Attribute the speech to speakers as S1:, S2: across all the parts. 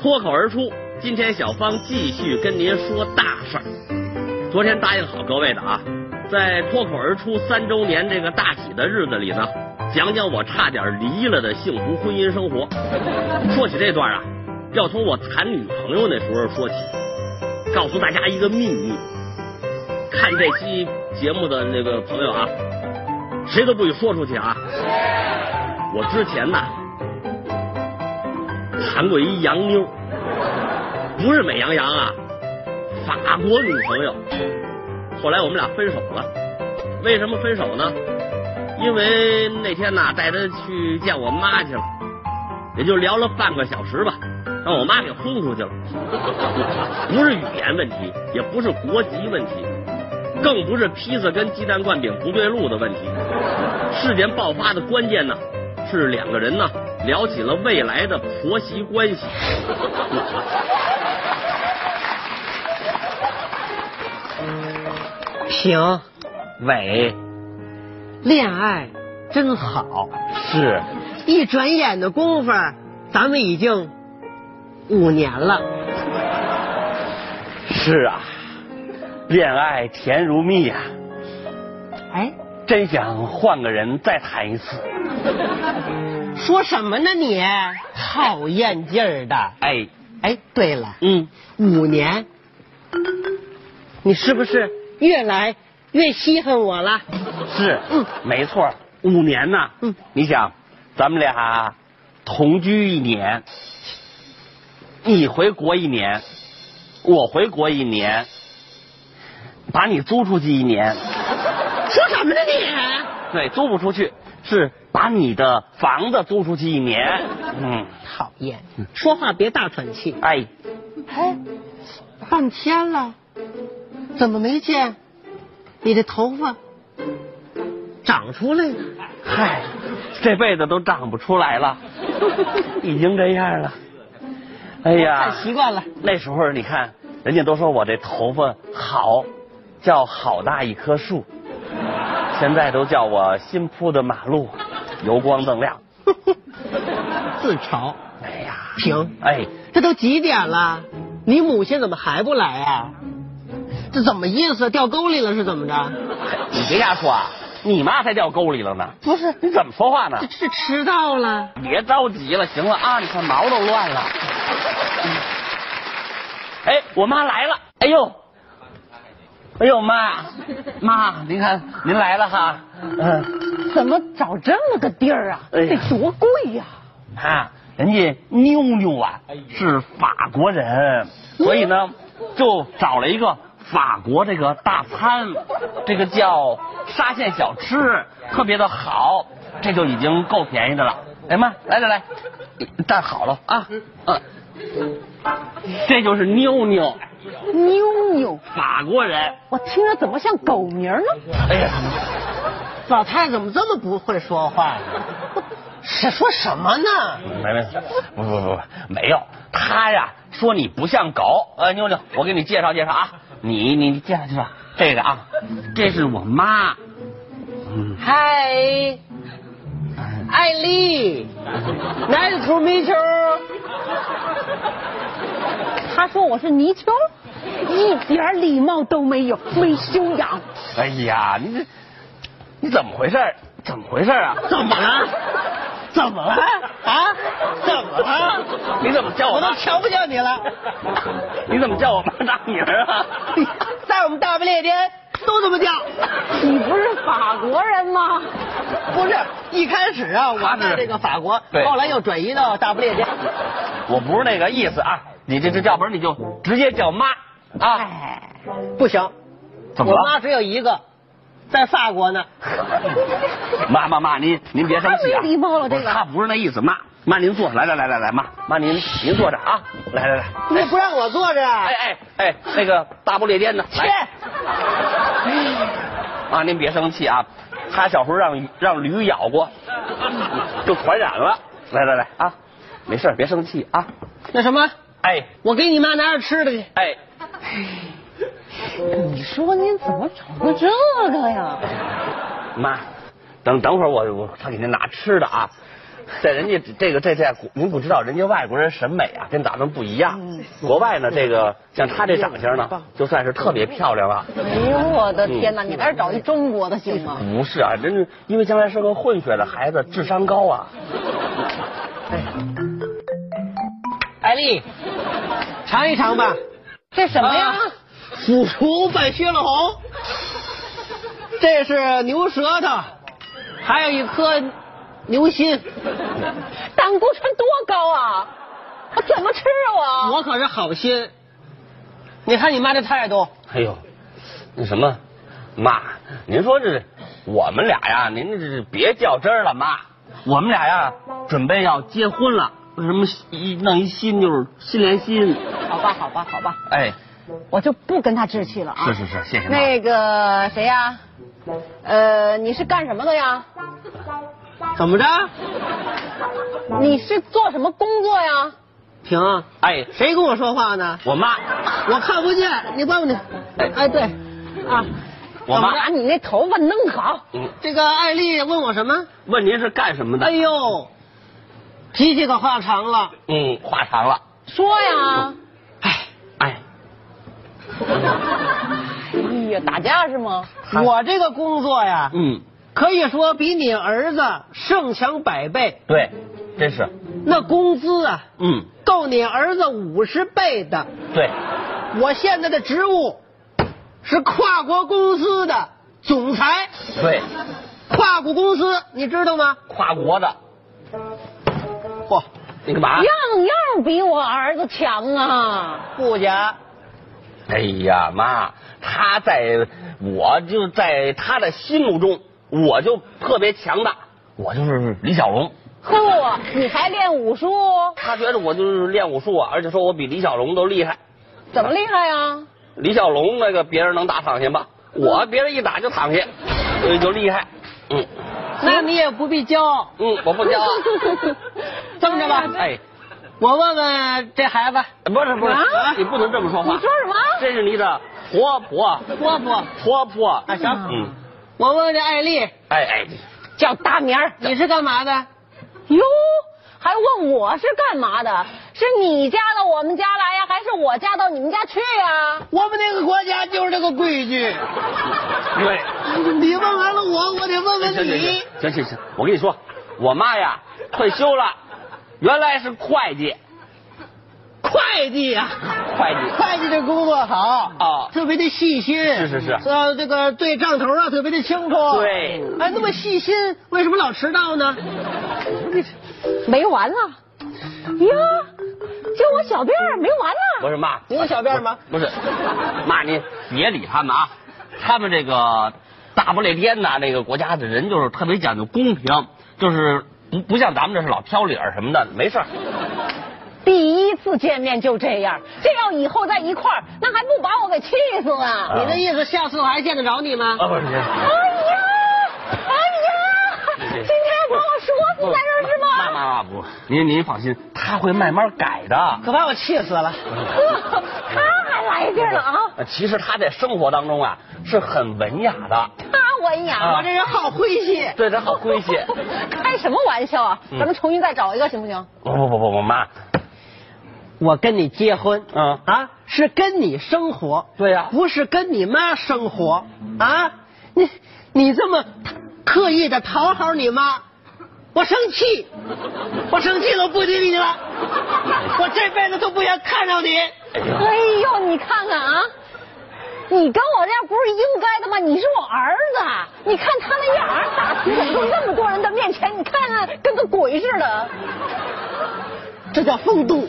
S1: 脱口而出。今天小芳继续跟您说大事儿。昨天答应好各位的啊，在脱口而出三周年这个大喜的日子里呢，讲讲我差点离了的幸福婚姻生活。说起这段啊，要从我谈女朋友那时候说起。告诉大家一个秘密，看这期节目的那个朋友啊，谁都不许说出去啊。我之前呐、谈过一洋妞，不是美羊羊啊，法国女朋友。后来我们俩分手了，为什么分手呢？因为那天呐、带她去见我妈去了，也就聊了半个小时吧，让我妈给轰出去了。不是语言问题，也不是国籍问题，更不是披萨跟鸡蛋灌饼不对路的问题。事件爆发的关键呢，是两个人呢聊起了未来的婆媳关系。
S2: 评
S1: 喂，
S2: 恋爱真好，
S1: 是
S2: 一转眼的功夫，咱们已经五年了。
S1: 是啊，恋爱甜如蜜呀、
S2: 哎，
S1: 真想换个人再谈一次。
S2: 说什么呢你？讨厌劲儿的。
S1: 哎，
S2: 哎，对了，
S1: 嗯，
S2: 五年，你是不是越来越稀罕我了？
S1: 是，
S2: 嗯
S1: 没错，五年呐、
S2: 嗯
S1: 你想，咱们俩同居一年，你回国一年，我回国一年，把你租出去一年，
S2: 说什么呢你？
S1: 对，租不出去是把你的房子租出去一 年，嗯，
S2: 讨厌，说话别大喘气。
S1: 哎，
S2: 哎，半天了，怎么没见你的头发长出来呢？
S1: 嗨，这辈子都长不出来了，已经这样了，哎呀，
S2: 太习 惯了。
S1: 那时候你看，人家都说我这头发好，叫好大一棵树，现在都叫我新铺的马路，油光锃亮。
S2: 自嘲。
S1: 哎呀，
S2: 停！
S1: 哎，
S2: 这都几点了？你母亲怎么还不来啊？这怎么意思？掉沟里了是怎么着？
S1: 你别瞎说啊，你妈才掉沟里了呢。
S2: 不是，
S1: 你怎么说话呢
S2: 这？这迟到了。
S1: 别着急了，行了啊，你看毛都乱了。哎，我妈来了，哎呦，哎呦妈，妈，您看您来了哈，嗯、
S3: 怎么找这么个地儿啊？
S1: 哎呀
S3: 得多贵呀、
S1: 啊，人家妞妞啊是法国人，所以呢就找了一个法国这个大餐，这个叫沙县小吃，特别的好，这就已经够便宜的了。哎妈，来来来，站好了啊，嗯、这就是妞妞，
S3: 妞妞，
S1: 法国人。
S3: 我听着怎么像狗名呢？
S1: 哎呀，
S2: 老太太怎么这么不会说 话呢？是说什么呢？
S1: 没没不不不不没有，他呀说你不像狗，呃妞妞，我给你介绍介绍啊，你你你介绍介绍这个啊，这是我妈，嗯，哎
S2: 嗨，艾丽，Nice to meet you。
S3: 他说我是泥鳅，一点礼貌都没有，没修养。
S1: 哎呀，你这你怎么回事儿？怎么回事儿啊？
S2: 怎么了？怎么了？啊？怎么了？
S1: 你怎么叫我
S2: 我
S1: 妈
S2: 都？瞧不见你 了。
S1: 你怎么叫我妈大名儿啊？
S2: 在我们大不列颠都这么叫。
S3: 你不是法国人吗？
S2: 不是，一开始啊，我
S1: 他是
S2: 在这个法国，
S1: 对
S2: 后来又转移到大不列颠。
S1: 我不是那个意思啊，你这这要不然你就直接叫妈啊？
S3: 哎，
S2: 不行，
S1: 怎么
S2: 我
S1: 了？哎
S2: 妈只有一个，在法国呢。
S1: 妈妈妈，您您别生气啊！
S3: 太没礼貌了
S1: 不是
S3: 这个
S1: 他不是那意思，妈妈您坐，来来来来来，妈妈您您坐着啊，来来来，
S2: 你不让我坐着，啊
S1: 哎哎哎，那个大不列颠的，
S2: 切！
S1: 来， 妈您别生气啊，他小时候让让驴咬过，就传染了，来来来啊，没事儿别生气啊，
S2: 那什么，
S1: 哎
S2: 我给你妈拿点吃的去。
S1: 哎，
S3: 你说您怎么找个这个呀？
S1: 妈，等等会儿我我他给您拿吃的啊，在人家这个这在古您不知道，人家外国人审美啊跟咱们不一样。国外呢，这个像她这长相呢，就算是特别漂亮了。
S3: 哎呦我的天哪，你还是找一中国的行吗？
S1: 不是啊，人家因为将来生个混血的孩子，智商高啊。
S2: 艾丽，尝一尝吧。啊
S3: 这什么呀？
S2: 腐竹拌血了红，这是牛舌头，还有一颗牛心。
S3: 胆固醇多高啊！我怎么吃啊我？
S2: 我可是好心，你看你妈这态度，
S1: 哎呦，那什么，妈，您说这我们俩呀，您这是别较真儿了，妈，我们俩呀准备要结婚了，为什么一弄一心就是心连心？
S3: 好吧，好吧，好吧，
S1: 哎，
S3: 我就不跟他置气了啊。
S1: 是是是，谢谢妈。
S3: 那个啊谁呀？呃，你是干什么的呀？
S2: 怎么着？
S3: 你是做什么工作呀？
S2: 停啊！
S1: 哎，
S2: 谁跟我说话呢？
S1: 我妈，
S2: 我看不见，你帮我你。哎哎对，啊，
S1: 我妈，
S3: 把你那头发弄好。
S1: 嗯，
S2: 这个艾丽问我什么？
S1: 问您是干什么的？
S2: 哎呦，脾气可话长了。
S1: 嗯，话长了。
S3: 说呀！
S2: 哎，
S1: 哎，
S3: 哎呀，打架是吗？
S2: 我这个工作呀，
S1: 嗯，
S2: 可以说比你儿子胜强百倍，
S1: 对，真是，
S2: 那工资啊，
S1: 嗯，
S2: 够你儿子五十倍的。
S1: 对，
S2: 我现在的职务是跨国公司的总裁，
S1: 对，
S2: 跨国公司你知道吗？
S1: 跨国的，
S2: 嚯、
S1: 你干嘛？
S3: 样样比我儿子强啊！
S2: 不假，
S1: 哎呀，妈，他在我就在他的心目中，我就特别强大，我就是李小龙。
S3: 嚯，你还练武术？
S1: 他觉得我就是练武术啊，而且说我比李小龙都厉害。
S3: 怎么厉害呀？
S1: 李小龙那个别人能打躺下吗？我别人一打就躺下，所以就厉害。嗯
S2: 那你也不必骄傲。
S1: 嗯，我 不骄 傲。
S2: 这么着吧，
S1: 哎，
S2: 我问问这孩子，
S1: 不是不是
S2: 啊，
S1: 你不能这么说
S3: 你
S1: 话。
S3: 说啊什么？
S1: 这是你的婆婆
S2: 婆婆，
S1: 婆婆。
S2: 啊行
S1: 嗯，
S2: 我问问这艾丽，
S1: 哎哎，
S3: 叫大名儿
S2: 你是干嘛的？
S3: 哟，还问我是干嘛的？是你嫁到我们家来呀，还是我嫁到你们家去呀？
S2: 我们这个国家就是这个规 矩。
S1: 对。
S2: 你问完了我，我得问问你。
S1: 行行行，我跟你说，我妈呀退休了，原来是会计，
S2: 会计呀、
S1: 会计
S2: 会计这工作好
S1: 啊
S2: 特别的细心。
S1: 是是是
S2: 呃，这个对账头啊，特别的清楚。
S1: 对
S2: 哎，那么细心，为什么老迟到呢？
S3: 没完了！呀，揪我小辫儿没完
S1: 不
S3: 了！
S1: 是妈，
S2: 你有小辫吗？
S1: 不是妈，您别理他们啊，他们这个大不列颠呐，那个国家的人就是特别讲究公平，就是不不像咱们这是老挑理儿什么的，没事儿。
S3: 第一次见面就这样，这要以后在一块儿，那还不把我给气死啊！
S1: 啊
S2: 你的意思，下次我还见得着你吗？
S1: 啊，不是，
S3: 哎呀，哎呀，今天把我说死在这儿是
S1: 妈
S3: 吗？
S1: 妈妈不，您您放心，他会慢慢改的。
S2: 可把我气死了。
S3: 呵，他还来劲儿了啊！
S1: 呃其实他在生活当中啊是很文雅的，
S3: 他文雅，
S1: 啊
S2: 我这人好晦气。
S1: 对他好规矩。
S3: 开什么玩笑啊！
S1: 嗯
S3: 咱们重新再找一个行不行？
S1: 不不不不不，妈，
S2: 我跟你结婚，
S1: 嗯
S2: 啊，是跟你生活，
S1: 对呀
S2: 不是跟你妈生活啊。你你这么刻意的讨好你妈，我生气，我生气了，我不理你了，我这辈子都不愿看上你。
S3: 哎呦，你看看啊，你跟我这样不是应该的吗？你是我儿子，啊你看他那样儿，打起脸都那么多人的面前，你看看跟个鬼似的。
S2: 这叫风度。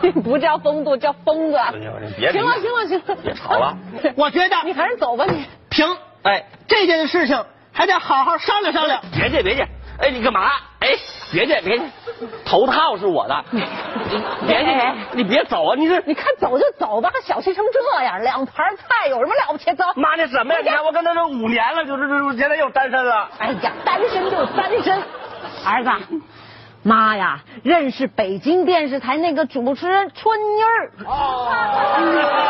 S3: 不叫风度，叫疯子。
S1: 哎呦你别理
S3: 行了，行了，行了，
S1: 别吵 了。
S2: 我觉得
S3: 你还是走吧，你。
S2: 停，
S1: 哎，
S2: 这件事情还得好好商量商量。
S1: 别介别介，哎，你干嘛？哎，别介别介，头套是我的，你别介
S3: 哎，
S1: 你别走啊！你这
S3: 你看走就走吧，小气成这样，两盘菜有什么了不起？走。
S1: 妈那什么呀？你看我跟他这五年了，就是这现在又单身了。
S3: 哎呀，单身就是单身。儿子，妈呀，认识北京电视台那个主持人春妮儿。哦。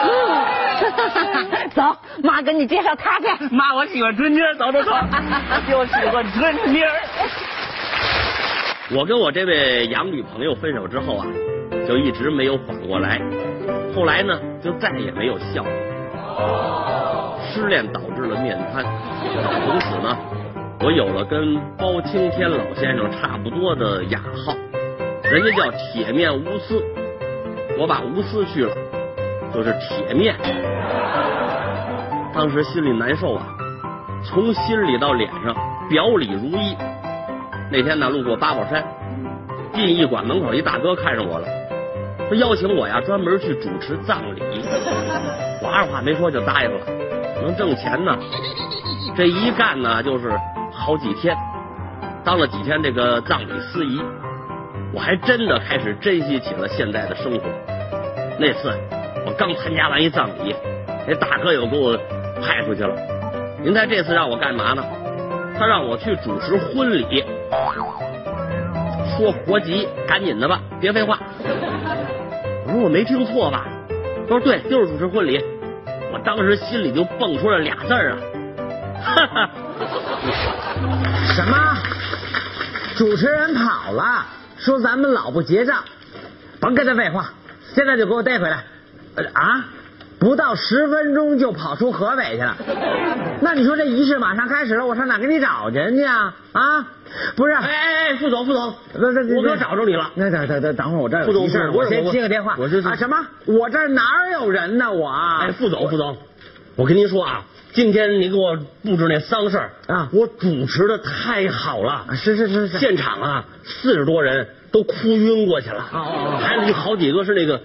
S3: 嗯， 走，妈给你介绍她去。
S1: 妈，我喜欢春妮儿，走走走，就喜欢春妮儿。我跟我这位洋女朋友分手之后啊，就一直没有缓过来，后来呢，就再也没有笑。失恋导致了面瘫，从此呢，我有了跟包青天老先生差不多的雅号，人家叫铁面无私，我把无私去了，就是铁面。当时心里难受啊，从心里到脸上，表里如一。那天呢，路过八宝山，殡仪馆门口一大哥看上我了，他邀请我呀，专门去主持葬礼。我二话没说就答应了，能挣钱呢。这一干呢，就是好几天，当了几天这个葬礼司仪，我还真的开始珍惜起了现在的生活。那次我刚参加完一葬礼，那大哥又给我派出去了。您猜这次让我干嘛呢？他让我去主持婚礼。说活急，赶紧的吧，别废话。我说我没听错吧？他说对，就是主持婚礼。我当时心里就蹦出了俩字儿啊，哈哈，
S4: 什么？主持人跑了，说咱们老不结账，甭跟他废话，现在就给我逮回来！呃啊，不到十分钟就跑出河北去了。那你说这仪式马上开始了，我上哪给你找人去啊？啊，不是，
S1: 哎哎哎，副总副总，
S4: 不是
S1: 我哥找着你了。
S4: 那等等等等会儿，我这儿
S1: 不懂
S4: 有急事儿，
S1: 不懂
S4: 我
S1: 我
S4: 先
S1: 我
S4: 接个电话。
S1: 我就
S4: 啊什么？我这儿哪儿有人呢？我啊
S1: 哎，副总副总，我跟您说啊，今天您给我布置那丧事儿
S4: 啊
S1: 我主持的太好了
S4: 啊，是是是是，
S1: 现场啊四十多人都哭晕过去了，
S4: 哦哦哦
S1: 还有好几个是那个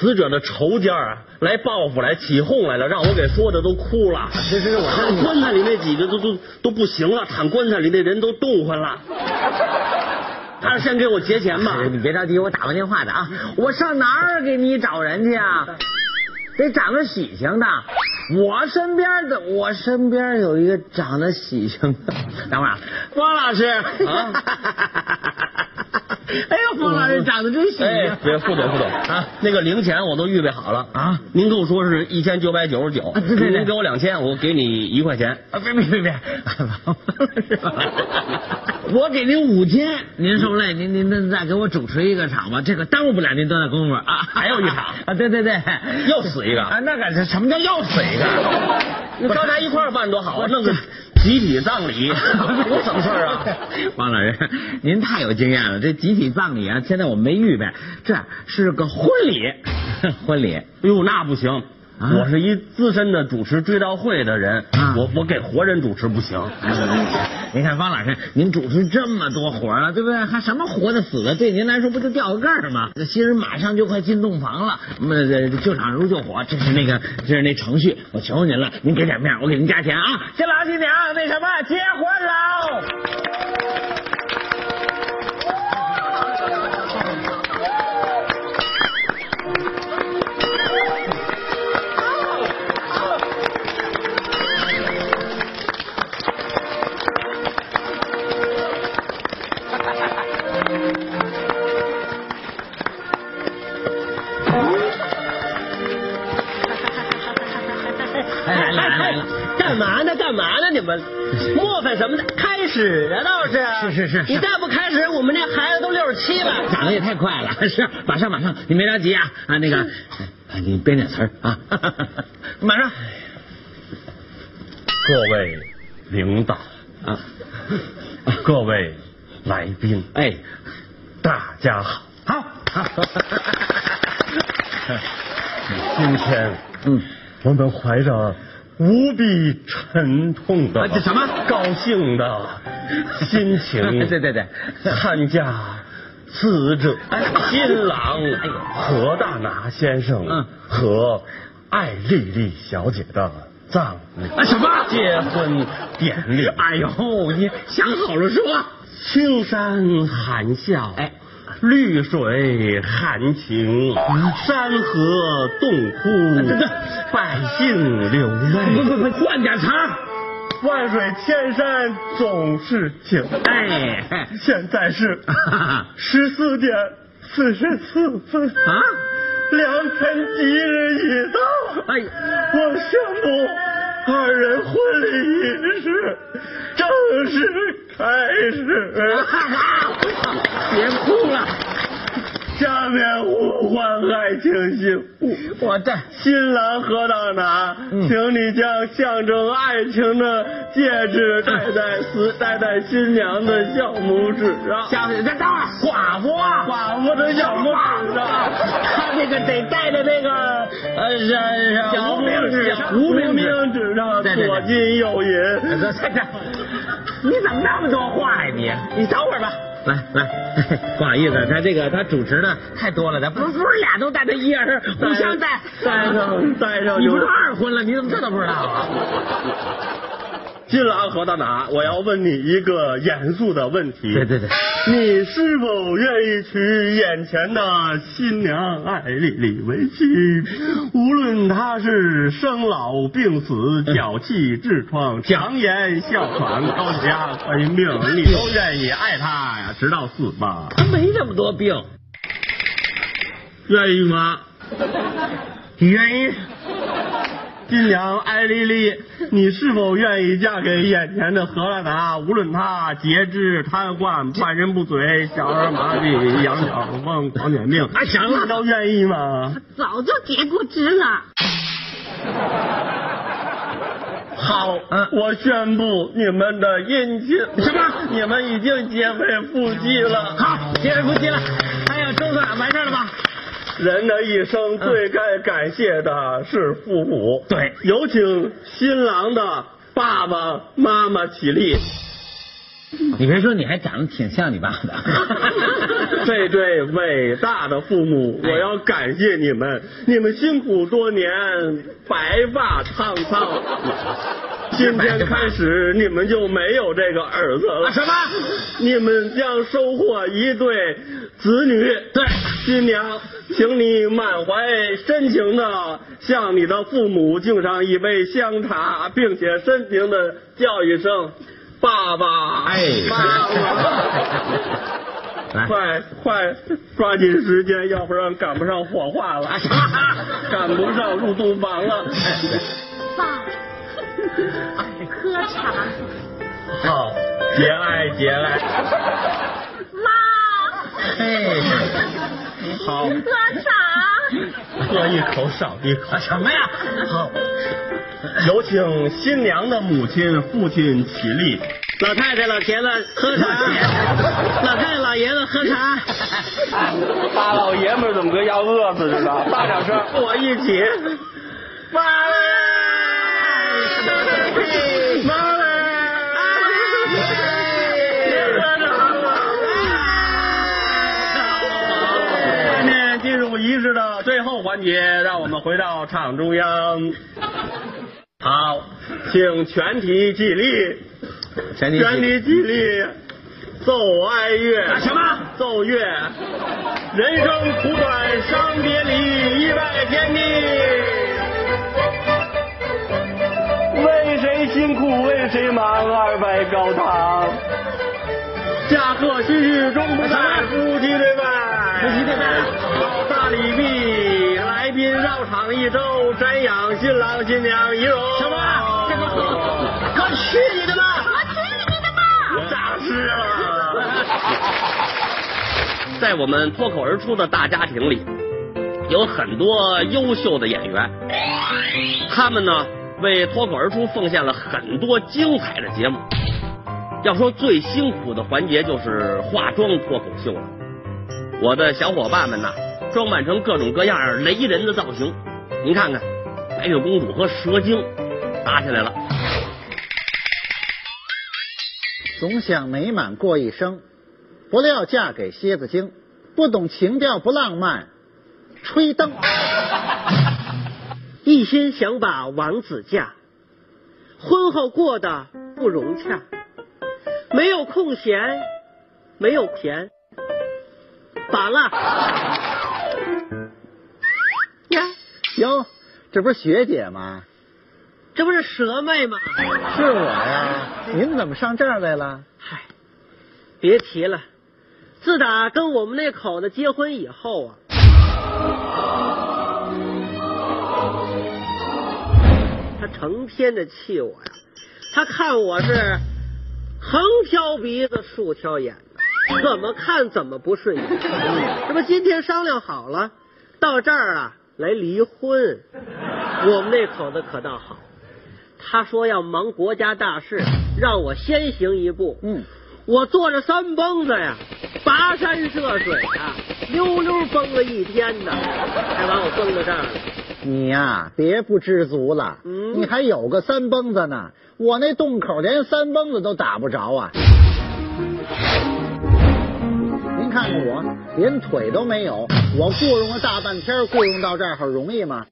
S1: 死者的仇家啊来报复来起哄来了，让我给说的都哭了。
S4: 啊是是是，我这儿
S1: 躺棺材里那几个都都都不行了，躺棺材里那人都冻昏 了。他是先给我结钱吧？
S4: 哎你别着急，我打完电话的啊。
S1: 嗯
S4: 我上哪儿给你找人去啊？得长得喜庆的。我身边的，我身边有一个长得喜庆的。等会儿啊，方 老师。
S1: 啊
S4: 哎呦，方老师长得真喜庆。啊
S1: 哎，别副总副总啊，那个零钱我都预备好了
S4: 啊。
S1: 您跟我说是一千九百九十九，
S4: 对对对
S1: 您给我两千，我给你一块钱。
S4: 啊，别别别别， 我给您五千，您受累，您您您再给我主持一个场吧，这个耽误不了您多大功夫啊！
S1: 还有一场
S4: 啊，对对对，
S1: 又死一个
S4: 啊，那个什么叫又死一个？
S1: 那刚才一 块儿办多好啊，弄个集体葬礼，多省事儿 啊！
S4: 王老师，您太有经验了，这集体葬礼啊，现在我没预备，这是个婚礼， 婚礼。
S1: 哎呦，那不行。
S4: 啊
S1: 我是一资深的主持追悼会的人，
S4: 啊
S1: 我我给活人主持不行。哎
S4: 您看方老师，您主持这么多活儿了，对不对？还什么活的死的，对您来说不就掉个盖儿吗？这新人马上就快进洞房了，那么呃救场如救火，这是那个这是那程序，我求求您了，您给点面儿，我给您加钱啊！新郎新娘那什么结婚喽！来来来来，
S2: 干嘛呢？干嘛呢？你们磨叽什么呢？开始啊，倒是
S4: 是是是
S2: 你再不开始，我们这孩子都六十七了。
S4: 长得也太快了，是马上马上，你别着急啊啊那个，
S2: 嗯
S4: 哎你编点词儿 啊，马上
S1: 各位领导，
S4: 啊，
S1: 各位来宾，
S4: 哎，
S1: 大家好。
S4: 好，好，
S1: 今天
S4: 嗯。
S1: 我们怀着无比沉痛的、
S4: 啊这什么
S1: 高兴的心情，
S4: 对对对
S1: 参加死者新郎何大拿先生
S4: 哎嗯
S1: 和艾丽丽小姐的葬礼
S4: 啊什么
S1: 结婚典礼。
S4: 哎呦，你想好了说。
S1: 青山含笑，
S4: 哎
S1: 绿水含情，
S4: 嗯
S1: 山河洞
S4: 这
S1: 窟
S4: 这，
S1: 百姓流
S4: 不
S1: 泪，
S4: 不不，换点词儿。
S1: 万水千山总是情。
S4: 哎，
S1: 现在是十四点四十四分
S4: 啊，
S1: 良辰吉日已到，
S4: 哎
S1: 我宣布二人婚礼仪式正式开始。
S5: 欢爱情幸福。
S4: 我这
S5: 新郎喝到哪，
S4: 嗯
S5: 请你将象征爱情的戒指戴在死戴在新娘的小拇指上，
S4: 下这等会儿寡妇啊，
S5: 寡妇的小拇指上，
S4: 他这个得带着那个呃是是
S5: 小
S4: 无名指，
S5: 无
S4: 无
S5: 名指上
S4: 对对对
S5: 左金右
S4: 这
S5: 银。
S4: 这这，你怎么那么多话呀、你？你等会儿吧。来来，不好意思，他这个他主持的太多了，咱不不是俩都带他一人，互相带
S5: 带上带上
S4: 你
S5: 就
S4: 不是
S5: 是
S4: 二婚了，你怎么这都不知道啊？
S5: 新郎喝到哪？我要问你一个严肃的问题。
S4: 对对对，
S5: 你是否愿意娶眼前的新娘艾丽丽为妻？无论她是生老病死、脚气痔疮、强颜哮喘、高血压、冠心病，你都愿意爱她呀，直到死吧？
S4: 他没这么多病，
S5: 愿意 吗？
S4: 原因
S5: 新娘艾丽丽，你是否愿意嫁给眼前的荷兰达？无论他截肢、瘫痪、半身不遂、小儿麻痹、羊角风、狂犬病，
S4: 哎行了
S5: 你都愿意吗？
S3: 早就截过肢了。
S5: 好，
S4: 嗯
S5: 我宣布你们的姻亲
S4: 什么
S5: 你们已经结为夫妻了。
S4: 好，接着不接了。哎呀，周总，完事儿了吧？
S5: 人的一生最该感谢的是父母。
S4: 对
S5: 有请新郎的爸爸妈妈起立。
S4: 你别说，你还长得挺像你爸 的。
S5: 这对伟大的父母，
S4: 哎
S5: 我要感谢你们，你们辛苦多年，白发苍 苍。今天开始，你们就没有这个儿子了。
S4: 啊什么？
S5: 你们将收获一对子女。
S4: 对
S5: 新娘，请你满怀深情的向你的父母敬上一杯香茶，并且深情的叫一声“爸爸”。
S4: 哎
S5: 爸爸。
S4: 来，
S5: 快快抓紧时间，要不然赶不上火化了，赶不上入洞房了。
S3: 爸，哎喝茶。哦
S5: 好，节哀节哀。
S3: 妈，
S4: 哎，
S5: 好，
S3: 喝茶。
S5: 喝一口少一口。
S4: 什么呀？好，
S5: 有请新娘的母亲、父亲起立。
S2: 老太太、老爷子喝茶，老太太、老爷子喝茶。
S5: 大老爷们怎么跟要饿死似的？大点声，我一起。妈嘞，妈嘞，别喝着好下面进入仪式的最后环节，让我们回到场中央。好，请全体起立，
S4: 全体
S5: 全体起立，奏哀乐。
S4: 啊什么？
S5: 奏乐，人生苦短，伤别离，意外天地。为谁辛苦为谁忙，二拜高堂。驾鹤西去终不在，夫妻对拜。
S4: 夫妻对啊拜。
S5: 大礼毕，来宾绕场一周，瞻仰新郎新娘仪容。
S4: 什么这个
S5: 我去你的吧！我去你的吧！诈尸了。 在我们脱口而出的大家庭里，有很多优秀的演员，他们呢为脱口而出奉献了很多精彩的节目。要说最辛苦的环节就是化妆脱口秀了。我的小伙伴们呐， 装扮成各种各样雷人的造型，您看看，白雪公主和蛇精打起来了。
S6: 总想美满过一生，不料嫁给蝎子精，不懂情调不浪漫，吹灯。
S2: 一心想把王子嫁，婚后过得不融洽，没有空闲，没有钱，把了呀，
S6: 哟，这不是学姐吗？
S2: 这不是蛇妹吗？
S6: 是我呀，您怎么上这儿来了？
S2: 嗨，别提了，自打跟我们那口子结婚以后啊，他成天的气我呀，他看我是横挑鼻子竖挑眼的，怎么看怎么不顺眼。这不今天商量好了，到这儿啊来离婚。我们那口子可倒好，他说要忙国家大事，让我先行一步。
S4: 嗯，
S2: 我坐着三蹦子呀，跋山涉水啊，溜溜蹦了一天呢，才把我蹦到这儿了。
S4: 你呀、别不知足了，
S2: 嗯
S4: 你还有个三蹦子呢，我那洞口连三蹦子都打不着啊。您看看我，连腿都没有，我雇佣了大半天，雇佣到这儿容易吗？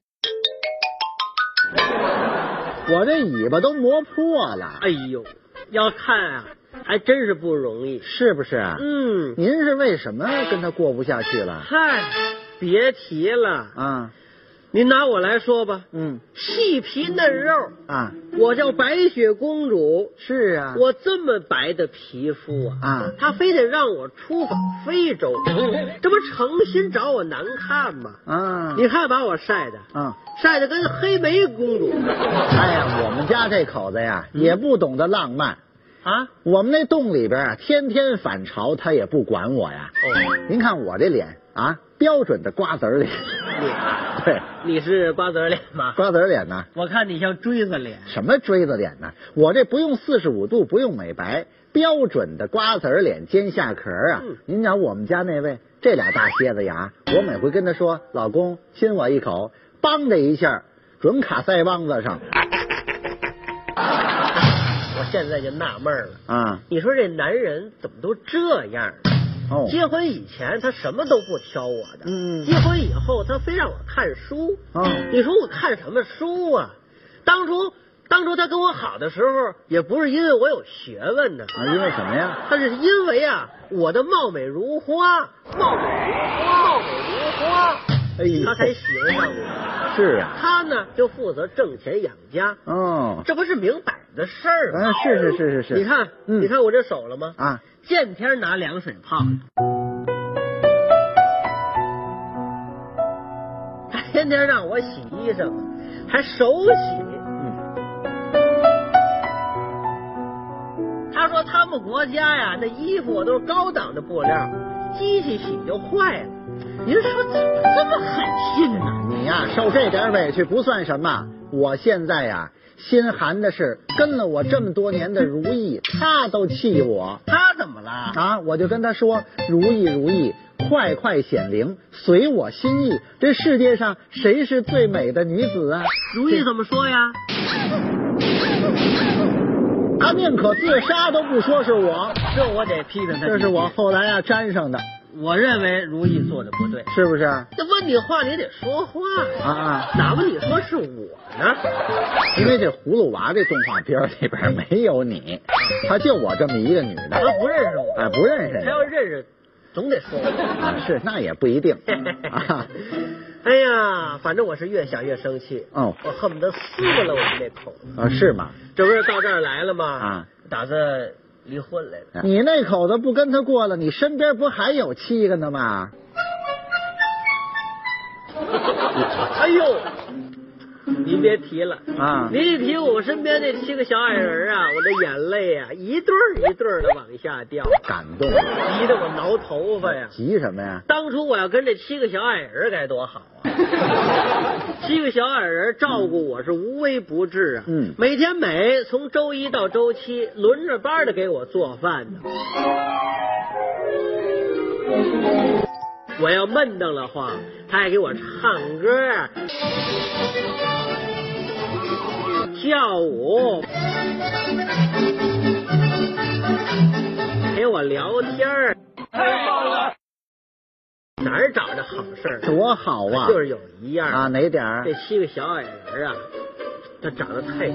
S4: 我这尾巴都磨破了，
S2: 哎呦，要看啊，还真是不容易。
S4: 是不是啊？
S2: 嗯，
S4: 您是为什么跟他过不下去了？
S2: 嗨，别提了，
S4: 啊，
S2: 您拿我来说吧，
S4: 嗯，
S2: 细皮嫩肉，
S4: 啊，
S2: 我叫白雪公主，
S4: 是啊，
S2: 我这么白的皮肤啊，
S4: 啊
S2: 他非得让我出访非洲，这不诚心找我难看吗？
S4: 啊，
S2: 你看把我晒的，
S4: 啊。
S2: 晒的跟黑莓公主。
S4: 哎呀，我们家这口子呀，也不懂得浪漫 啊。我们那洞里边啊，天天反潮，他也不管我呀。
S2: 哦，
S4: 您看我这脸啊，标准的瓜子儿脸。
S2: 你啊
S4: 对，
S2: 你是瓜子儿脸吗？
S4: 瓜子儿脸呢？
S2: 我看你像锥子脸。
S4: 什么锥子脸呢？我这不用四十五度，不用美白，标准的瓜子儿脸尖下壳儿啊
S2: 嗯。
S4: 您瞧我们家那位，这俩大蝎子牙，我每回跟他说，老公亲我一口，梆的一下，准卡腮帮子上
S2: 我现在就纳闷了，
S4: 啊。
S2: 你说这男人怎么都这样呢？
S4: 哦，
S2: 结婚以前他什么都不挑我的，
S4: 嗯
S2: 结婚以后他非让我看书，
S4: 哦
S2: 你说我看什么书啊？当初当初他跟我好的时候，也不是因为我有学问呢，
S4: 啊，因为什么呀？
S2: 他是因为啊我的貌美如花，貌美如花，貌美如花，
S4: 哎呦
S2: 他才喜欢上我。
S4: 是啊，
S2: 他呢就负责挣钱养家，
S4: 哦，
S2: 这不是明摆着的事儿吗？
S4: 啊，是是是是是，
S2: 你看，
S4: 嗯
S2: 你看我这手了吗？
S4: 啊，
S2: 见天儿拿凉水泡。
S4: 嗯
S2: 他天天让我洗衣裳，啊还手洗。
S4: 嗯，
S2: 他说他们国家呀，那衣服都是高档的布料，机器洗就坏了。您说怎么这么狠心呢？
S4: 你呀、受这点委屈不算什么，我现在呀、心寒的是跟了我这么多年的如意，他都气我
S2: 他怎么了？
S4: 啊，我就跟他说，如意如意，快快显灵，随我心意。这世界上谁是最美的女子啊？
S2: 如意怎么说呀？
S4: 他宁可自杀都不说是我，
S2: 这我得批评他。
S4: 这是我，后来呀、沾上的，
S2: 我认为如意做的不对。
S4: 是不是啊？
S2: 那问你话你也得说话呀
S4: 啊
S2: 哪怕你说是我呢？
S4: 因为这葫芦娃这动画片里边没 有你，他就我这么一个女的，
S2: 他不认识我。
S4: 哎，不认识
S2: 他要
S4: 你
S2: 认识，总得说 我。
S4: 啊，是那也不一 定啊。
S2: 哎呀，反正我是越想越生气，
S4: 哦
S2: 我恨不得撕了我们那口子。
S4: 啊，是吗？
S2: 这不是到这儿来了吗？
S4: 啊，
S2: 打算离婚来了。
S5: 啊
S4: 你那口子不跟他过了，你身边不还有七个呢吗？
S2: 哎呦，您别提了
S4: 啊
S2: 您一提我身边那七个小矮人啊，我的眼泪啊，一对儿一对儿的往下掉，
S4: 感动，
S2: 急得我挠头发呀。
S4: 急什么呀？
S2: 当初我要跟这七个小矮人该多好 啊！七个小矮人照顾我是无微不至啊，
S4: 嗯
S2: 每天每从周一到周七轮着班的给我做饭呢。我要闷腾了话，他还给我唱歌、跳舞，陪我聊天儿。哪儿找着好事儿？
S4: 多好啊！
S2: 就是有一样
S4: 啊，哪点儿
S2: 这？七个小矮人啊，他长得太丑，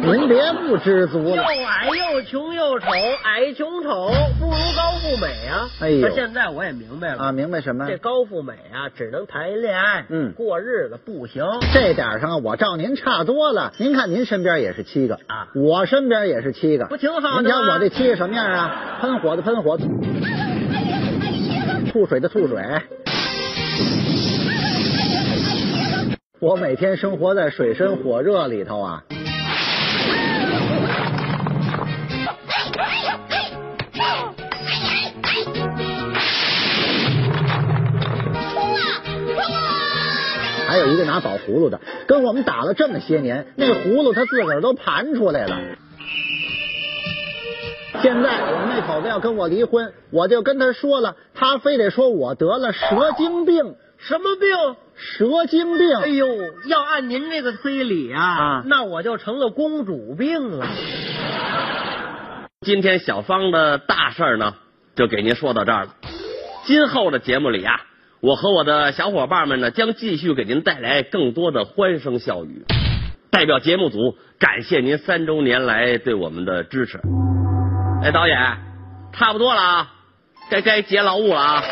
S4: 您别不知足
S2: 又
S4: 了。
S2: 矮又穷又丑，矮穷丑不如高富美啊！
S4: 哎呦
S2: 那现在我也明白了
S4: 啊，明白什么？
S2: 这高富美啊，只能谈恋爱，
S4: 嗯
S2: 过日子不行。
S4: 这点儿上我照您差多了。您看您身边也是七个
S2: 啊
S4: 我身边也是七个，
S2: 不挺好的吗
S4: 您瞧我这七个什么样啊？喷火的喷火，吐水的吐水。我每天生活在水深火热里头啊。个拿枣葫芦的，跟我们打了这么些年，那葫芦他自个儿都盘出来了。现在我们那口子要跟我离婚，我就跟他说了，他非得说我得了蛇精病，
S7: 什么病？
S4: 蛇精病。
S7: 哎呦，要按您这个推理啊，
S4: 啊
S7: 那我就成了公主病了。
S1: 今天小芳的大事儿呢，就给您说到这儿了。今后的节目里啊，我和我的小伙伴们呢，将继续给您带来更多的欢声笑语。代表节目组感谢您三周年来对我们的支持。哎，导演，差不多了啊，该该结劳务了啊。